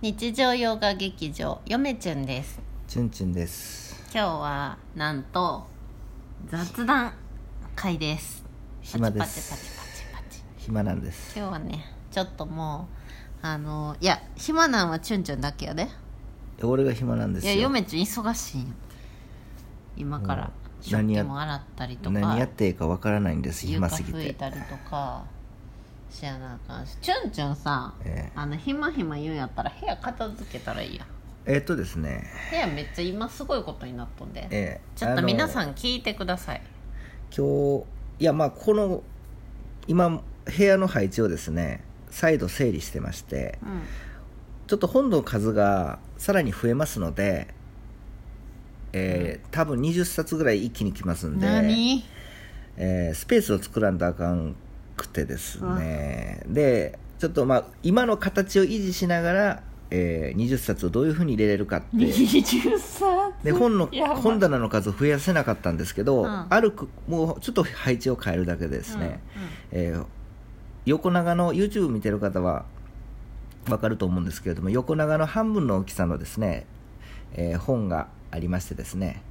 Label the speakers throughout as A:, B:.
A: 日常洋画劇場よめちゅんです
B: チュンチュンです
A: 今日はなんと雑談会です
B: 暇で
A: パチ
B: す
A: パチパチパチパ
B: 暇なんです
A: チ今日はねちょっともうあのいや暇なんはちゅんちゅんだけやで
B: 俺が暇なんで
A: い
B: す
A: や
B: よ
A: よめちゅん忙しいんよ今から
B: うん
A: 食
B: 何
A: 器
B: や
A: も洗ったりとか
B: 何やっていいかわからないんです
A: 床
B: 暇すぎ
A: 拭い
B: て
A: たりとかしやなあかんしチュンチュンさ、
B: ええ
A: あの暇暇言うんやったら部屋片付けたらいいやん
B: えっとですね
A: 部屋めっちゃ今すごいことになっとんで、
B: ええ
A: ちょっと皆さ
B: ん
A: ん聞いてください
B: 今日いやまあこの今部屋の配置をですね再度整理してまして
A: うん
B: ちょっと本の数がさらに増えますのでえー多分20冊ぐらい一気に来ますんで
A: 何
B: えースペースを作らんとあかんくてですね、でちょっとまあ今の形を維持しながら、えー20冊をどういうふうに入れれるかって
A: 20冊
B: で本の
A: やばい
B: 本棚の数を増やせなかったんですけど、
A: うん
B: あるくもうちょっと配置を変えるだけでですね、えー横長の YouTube 見てる方は分かると思うんですけれども横長の半分の大きさのですね、えー本がありましてですね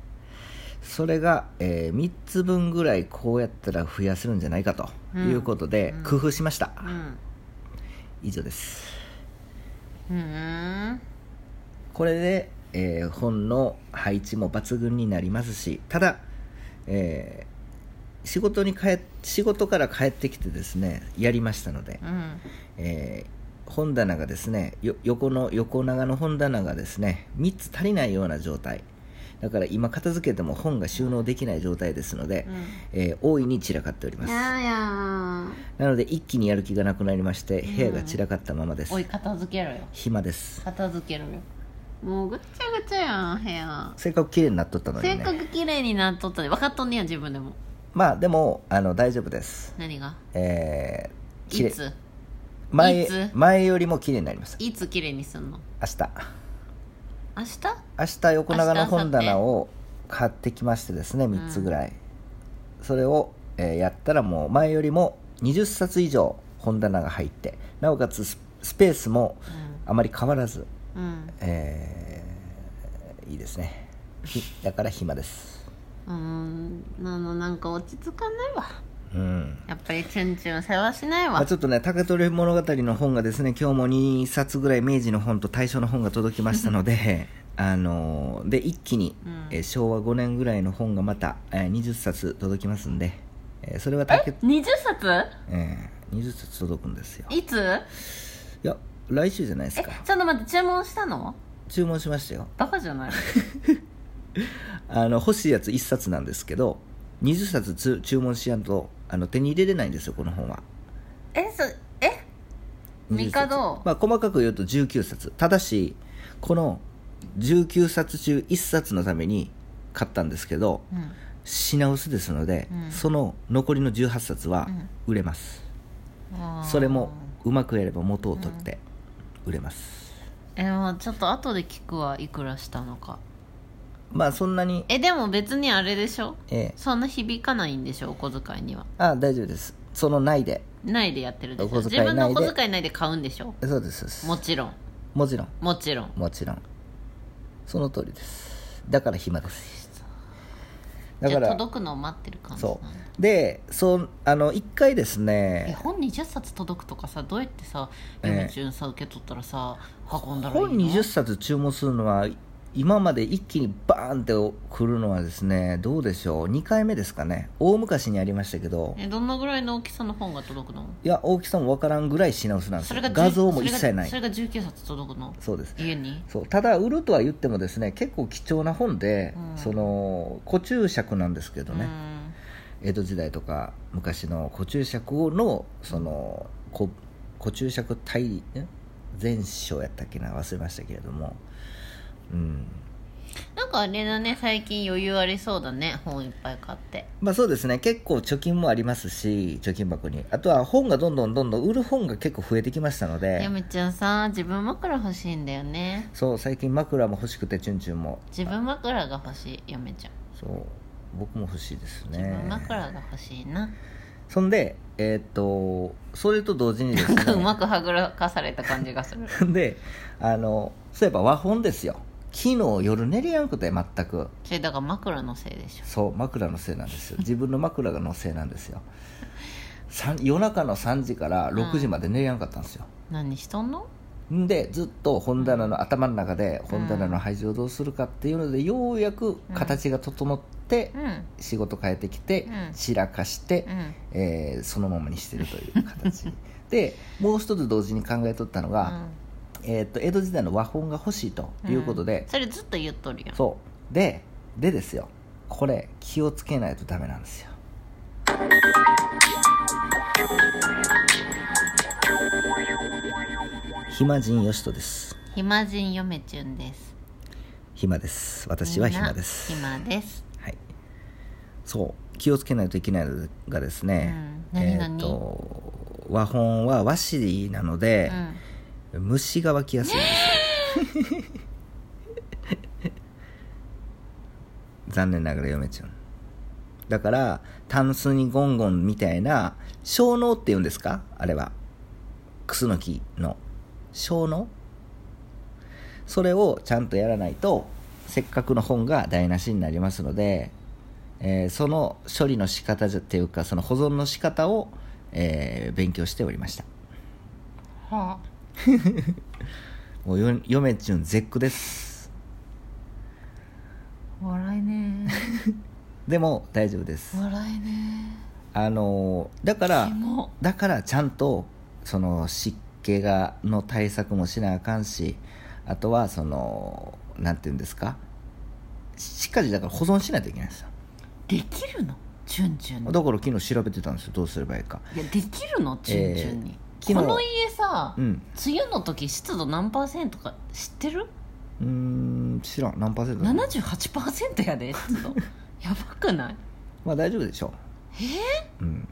B: それが、え3つ分ぐらいこうやったら増やせるんじゃないかということで、
A: うん
B: 工夫しました、
A: うんうん
B: 以上です
A: うんうん
B: これで、えー本の配置も抜群になりますしただ、えー仕事に帰っ仕事から帰ってきてですねやりましたので
A: う、ん
B: えー本棚がですねよ横の横長の本棚がですね3つ足りないような状態だから今片付けても本が収納できない状態ですので、えー大いに散らかっており
A: う
B: ま
A: ん
B: す
A: や
B: な
A: ーや
B: ので一気にやる気がなくなりまして部屋が散らかったままです、
A: ーおい片付けろよ
B: 暇です
A: 片付けろよもうぐっちゃぐちゃやん部屋
B: せっかく綺麗になっとったのに
A: 性
B: ね
A: 格綺麗になっとったで分かっとんねや自分でも
B: まあでもあの大丈夫です
A: 何が
B: えー、綺
A: い
B: 麗
A: ついつ
B: 前前よりも綺麗になりました
A: いつ綺麗にすんの
B: 明日
A: 明日
B: 明日横長
A: 明
B: の
A: 日明後日
B: 本棚を買ってきましてですね3つぐらい、それを、えーやったらもう前よりも20冊以上本棚が入ってなおかつススペースもあまり変わらず、
A: うん、うん
B: えーいいですねひだから暇です
A: うーんあのなんか落ち着かないわ
B: うん
A: やっぱりチュンチュン世話しない
B: まあ、
A: わ
B: ちょっとね「竹取物語」の本がですね今日も2冊ぐらい明治の本と大正の本が届きましたのであのーで一気に、
A: うん
B: えー昭和5年ぐらいの本がまた、えー20冊届きますんで、えーそれは竹
A: 20冊
B: えー20冊届くんですよ
A: いつ
B: いや来週じゃないです
A: え
B: か
A: ちょっと待って注文したの
B: 注文しましたよ
A: バカじゃない
B: あの欲しいやつ1冊なんですけど20冊つ注文しやんとあの手に入れれないんですよこの本は
A: えそえ
B: 20冊
A: 帝
B: まあ、細かく言うと19冊ただしこの19冊中1冊のために買ったんですけど
A: うん
B: 品薄ですので、
A: うん
B: その残りの18冊は売れます、
A: あー
B: それもうまくやれば元を取って売れます、
A: えまあちょっと後で聞くわいくらしたのか
B: まあそんなに
A: えでも別にあれでしょ
B: ええ
A: そんな響かないんでしょお小遣いには
B: あ大丈夫ですそのないで
A: ないでやってるでし
B: お
A: ょ
B: 小
A: 自
B: 遣いない
A: 分
B: で
A: のお小遣いないで買うんでしょ
B: そうですそうです
A: も
B: も
A: ちろん
B: ちろん
A: もちろん
B: もちろんその通りですだから暇ですだ
A: じゃ
B: か
A: あ
B: ら
A: 届くのを待ってる感じなん
B: そ
A: だ
B: うでそあの1回です
A: え
B: ね
A: 本20冊届くとかさどうやってさ
B: ええ
A: 嫁ちゅんさ受け取ったらさ運んだらいいの
B: 本20冊注文するのは今まで一気にバーンってくるのはですねどうでしょう2回目ですかね大昔にありましたけど
A: えどんなぐらいの大きさの本が届くの
B: いや大きさもわからんぐらい品薄なんです
A: そ
B: よ
A: れが10
B: 画像も一切ない
A: それがそれが19冊届くの
B: そうです
A: 家に
B: そうただ売るとは言ってもですね結構貴重な本で、
A: うん
B: その古注釈なんですけどね、
A: うん
B: 江戸時代とか昔の古注釈をのその古古注釈大ん全書やったっけな忘れましたけれどもうん
A: なんかあれだね最近余裕ありそうだね本いっぱい買って
B: まあそうですね結構貯金もありますし貯金箱にあとは本がどんどんどんどん売る本が結構増えてきましたので
A: 嫁ちゃんさ自分枕欲しいんだよね
B: そう最近枕も欲しくてチュンチュンも
A: 自分枕が欲しい嫁ちゃん
B: そう僕も欲しいです
A: 自
B: ね
A: 分枕が欲しいな、
B: そんで、えーっとそれと同時にです
A: なんか うま
B: ね
A: くはぐらかされた感じがする
B: であのそういえば和本ですよ昨日夜寝れやんくて全く
A: それだから枕のせいでしょ
B: そう枕のせいなんで すよ自分の枕のせいなんですよさん夜中の3時から6時まで寝れやんかったんですよ、
A: 何しとんの
B: んでずっと本棚の頭の中で本棚の配置をどうするかっていうのでようやく形が整って
A: うんうん
B: 仕事変えてきて
A: うん
B: 散らかして、えーそのままにしてるという形 でもう一つ同時に考えとったのが、えーっと江戸時代の和本が欲しいと
A: うん
B: いうことで
A: ん、それずっと言っとるやん
B: そうででですよこれ気をつけないとダメなんですよ暇人よしとです
A: 暇人嫁チュンです
B: 暇です私は暇です
A: みんな暇です
B: はいそう気をつけないといけないのがですね、
A: うん何々
B: えーと和本は和紙なので
A: う、ん
B: 虫が湧きやすいんですよ残念ながら読めちゃうだからタンスにゴンゴンみたいな小脳って言うんですかあれはクスノキの小脳それをちゃんとやらないとせっかくの本が台無しになりますので、えーその処理の仕方じゃっていうかその保存の仕方を、えー勉強しておりました
A: はあ
B: もうよ嫁ちゅん絶句です
A: 笑いね
B: でも大丈夫です
A: 笑いね
B: あのーだから
A: キモ
B: だからちゃんとその湿気がの対策もしなあかんしあとはそのなんて言うんですかしっかりだから保存しないといけないんですよ
A: できるのチュンチュンに
B: だから昨日調べてたんですよどうすればいいか
A: いやできるのチュンチュンに、
B: えー昨日
A: この家さ、
B: うん
A: 梅雨の時湿度何パーセントか知ってる
B: うーん知らん何パーセントだ
A: 78%やで湿度 やばくない
B: まあ大丈夫でしょうえうん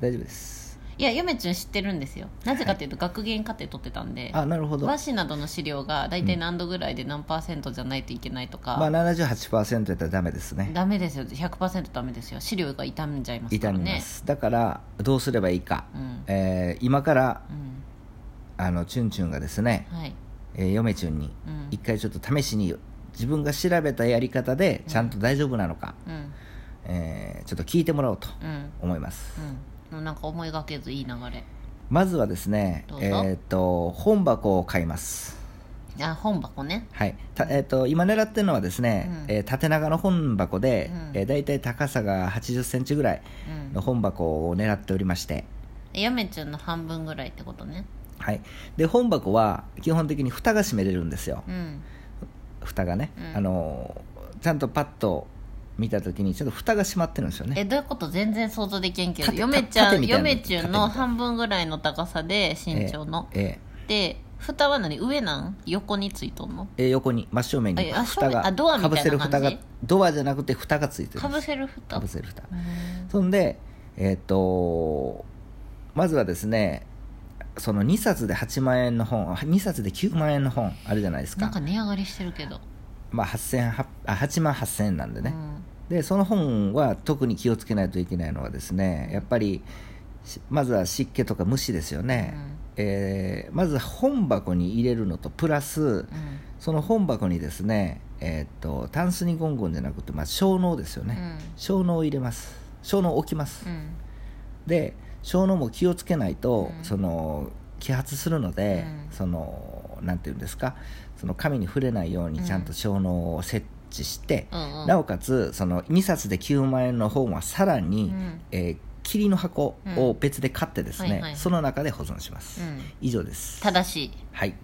B: 大丈夫です
A: いや嫁ちゅん知ってるんですよなぜかというと学芸課程取ってたんで、
B: あなるほど
A: 和紙などの資料が大体何度ぐらいで何パーセントじゃないといけないとか、
B: まあ78%やったらダメですね
A: ダメですよ100%ダメですよ資料が傷んじゃいますか
B: 痛
A: ら
B: み
A: ね
B: ます、だからどうすればいいか、
A: うん
B: えー今から
A: うん
B: あのチュンチュンがですね、
A: はい
B: えー、嫁チュンに
A: うん
B: 一回ちょっと試しに自分が調べたやり方でちゃんと大丈夫なのか、
A: うん
B: えーちょっと聞いてもらおうと
A: うん
B: 思います、
A: うんなんか思いがけずいい流れ
B: まずはですね
A: どうぞ
B: えーっと本箱を買います
A: あ本箱ね
B: はいたえーっと今狙ってるのはですね、
A: うん
B: えー縦長の本箱で、
A: うん
B: えー大体高さが8 0ンチぐらい
A: うん
B: の本箱を狙っておりまして、
A: やめちゃんの半分ぐらいってことね
B: はい、で本箱は基本的に蓋が閉めれるんですよ
A: うん
B: 蓋がね、
A: うん
B: あのちゃんとパッと見た時にちょっと蓋が閉まってるんですよね
A: えどういうこと全然想像できんけど
B: 縦
A: 嫁ちゃ
B: 縦
A: ん
B: みたいな
A: 嫁ちゅん
B: 縦
A: の
B: みたいな
A: 半分ぐらいの高さで身長の、
B: え
A: で蓋は何上なん横についとんの
B: ええ横に真正面に
A: えあ正
B: 蓋
A: 面
B: が
A: あドアみたいな
B: かぶせる蓋
A: 感
B: が
A: じ
B: ドアじゃなくて蓋がついてる
A: かぶせる
B: か
A: 蓋
B: ぶせる蓋
A: うん
B: そんでえっ、とまずはですねその2冊で8万円の本2冊で9万円の本あるじゃないですか
A: なんか値上がりしてるけど、
B: まあ、8000はあ8万8000円なんでね、
A: うん
B: でその本は特に気をつけないといけないのはですねやっぱりしまずは湿気とか虫ですよね、えーまず本箱に入れるのとプラス
A: うん
B: その本箱にですねえーっとタンスにゴンゴンじゃなくて、まあ、小脳ですよ
A: う
B: ね、
A: ん
B: 小脳を入れます小脳を置きます、
A: うん
B: で小脳も気をつけないと、
A: うん
B: その揮発するので、
A: うん
B: そのなんていうんですかその紙に触れないようにちゃん
A: う
B: と小脳を設置して、
A: うんうん
B: なおかつその2冊で9万円の本はさらに、
A: うん
B: えー霧の箱を別で買ってです
A: う
B: ね、
A: んはいはい
B: その中で保存します、
A: うん
B: 以上です
A: 正しい
B: はい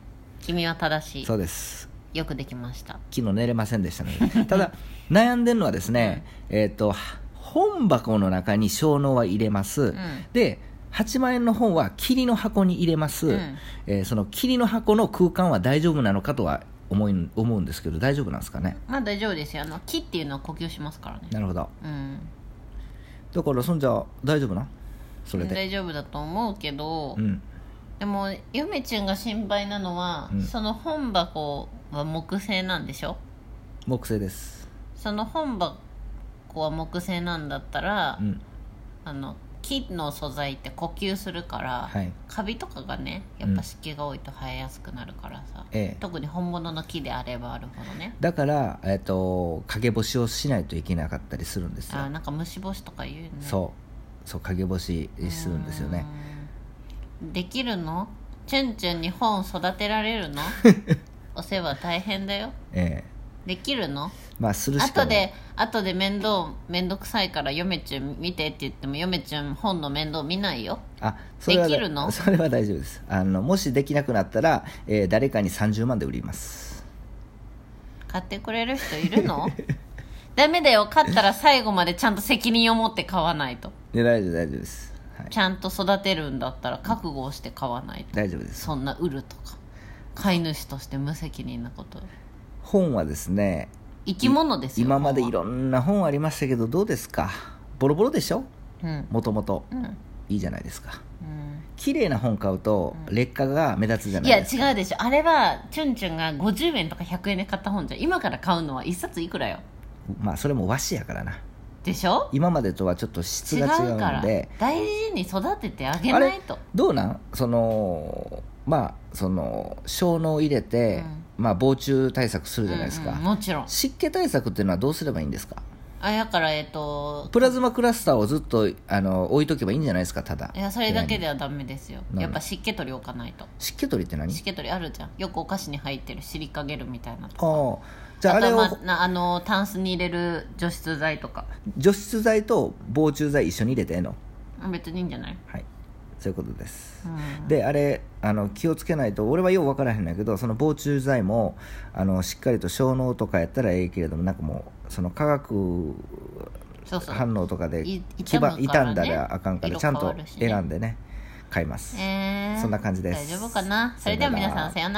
A: 君は正しい
B: そうです
A: よくできました
B: 昨日寝れませんでしたので ただ悩んでるのはですね、えっ、と本箱の中に小脳は入れます、
A: ん
B: で8万円の本は霧の箱に入れます、
A: うん
B: えーその霧の箱の空間は大丈夫なのかとは思い思うんですけど大丈夫なんですかね
A: まあ大丈夫ですよあの木っていうのは呼吸しますからね
B: なるほど
A: うん
B: だからそんじゃ大丈夫なそれで
A: 大丈夫だと思うけど、
B: うん
A: でもゆめちゅんが心配なのは、
B: うん
A: その本箱は木製なんでしょ
B: 木製です
A: その本箱は木製なんだったら、
B: うん
A: あの木の素材って呼吸するから、
B: はい
A: カビとかがねやっぱ湿気が多いと生えやすくなるからさ、
B: ええ
A: 特に本物の木であればあるほどね
B: だから、えっと陰干しをしないといけなかったりするんですよ
A: あーなんか虫干しとか言うよね
B: そうそう陰干しするんですよね
A: うんできるのチュンチュンに本育てられる のお世話大変だよ
B: ええ
A: できるの
B: まあするしか
A: 後
B: ない
A: で後で面倒面倒くさいから嫁ちゅん見てって言っても嫁ちゅん本の面倒見ないよ
B: あそれは
A: できるの
B: それは大丈夫ですあのもしできなくなったら、えー誰かに30万で売ります
A: 買ってくれる人いる のダメだよ買ったら最後までちゃんと責任を持って買わないと
B: で大丈夫大丈夫です、はい、
A: ちゃんと育てるんだったら覚悟をして買わないと
B: 大丈夫です
A: そんな売るとか飼い主として無責任なこと
B: 本はですね
A: 生き物ですよ
B: 今までい
A: 色
B: ろんな本ありましたけどどうですかボロボロでしょ
A: うん
B: もともと
A: うん
B: いいじゃないですか
A: うん
B: 綺麗な本買うと劣化が目立つじゃ
A: い
B: ない
A: や
B: ですか
A: 違うでしょあれはチュンチュンが50円とか100円で買った本じゃん今から買うのは1冊いくらよ
B: まあそれも和紙やからな
A: でしょ
B: 今までとはちょっと質
A: 違
B: が
A: う
B: 違う
A: か
B: の
A: ら
B: で
A: 大事に育ててあげないと
B: どうなんそのまあその小脳を入れて、まあ防虫対策するじゃないですか、
A: うんうんもちろん
B: 湿気対策っていうのはどうすればいいんですか
A: あだからえっと
B: プラズマクラスターをずっとあの置いとけばいいんじゃないですかただ
A: いやそれだけではダメですよ
B: 何
A: やっぱ湿気取り置かないと
B: 湿気取りって何
A: 湿気取りあるじゃんよくお菓子に入ってる尻かげるみたいなと
B: あ
A: か
B: あじゃああれを
A: とはまあなあのタンスに入れる除湿剤とか
B: 除湿剤と防虫剤一緒に入れてええの
A: 別にいいんじゃない、
B: はいそういうことです
A: うん
B: であれあの気をつけないと俺はよう分からへんねんだけどその防虫剤もあのしっかりと小脳とかやったらええけれどもなんかもうその化学
A: そうそう
B: 反応とかで
A: い
B: 基盤
A: 傷む
B: 傷
A: からね
B: んだらあかんから
A: 色
B: ち
A: 変
B: ゃん
A: わ
B: と
A: るしね
B: 選んでね買います、
A: えー
B: そんな感じです
A: 大丈夫かなそれでは皆さんさようなら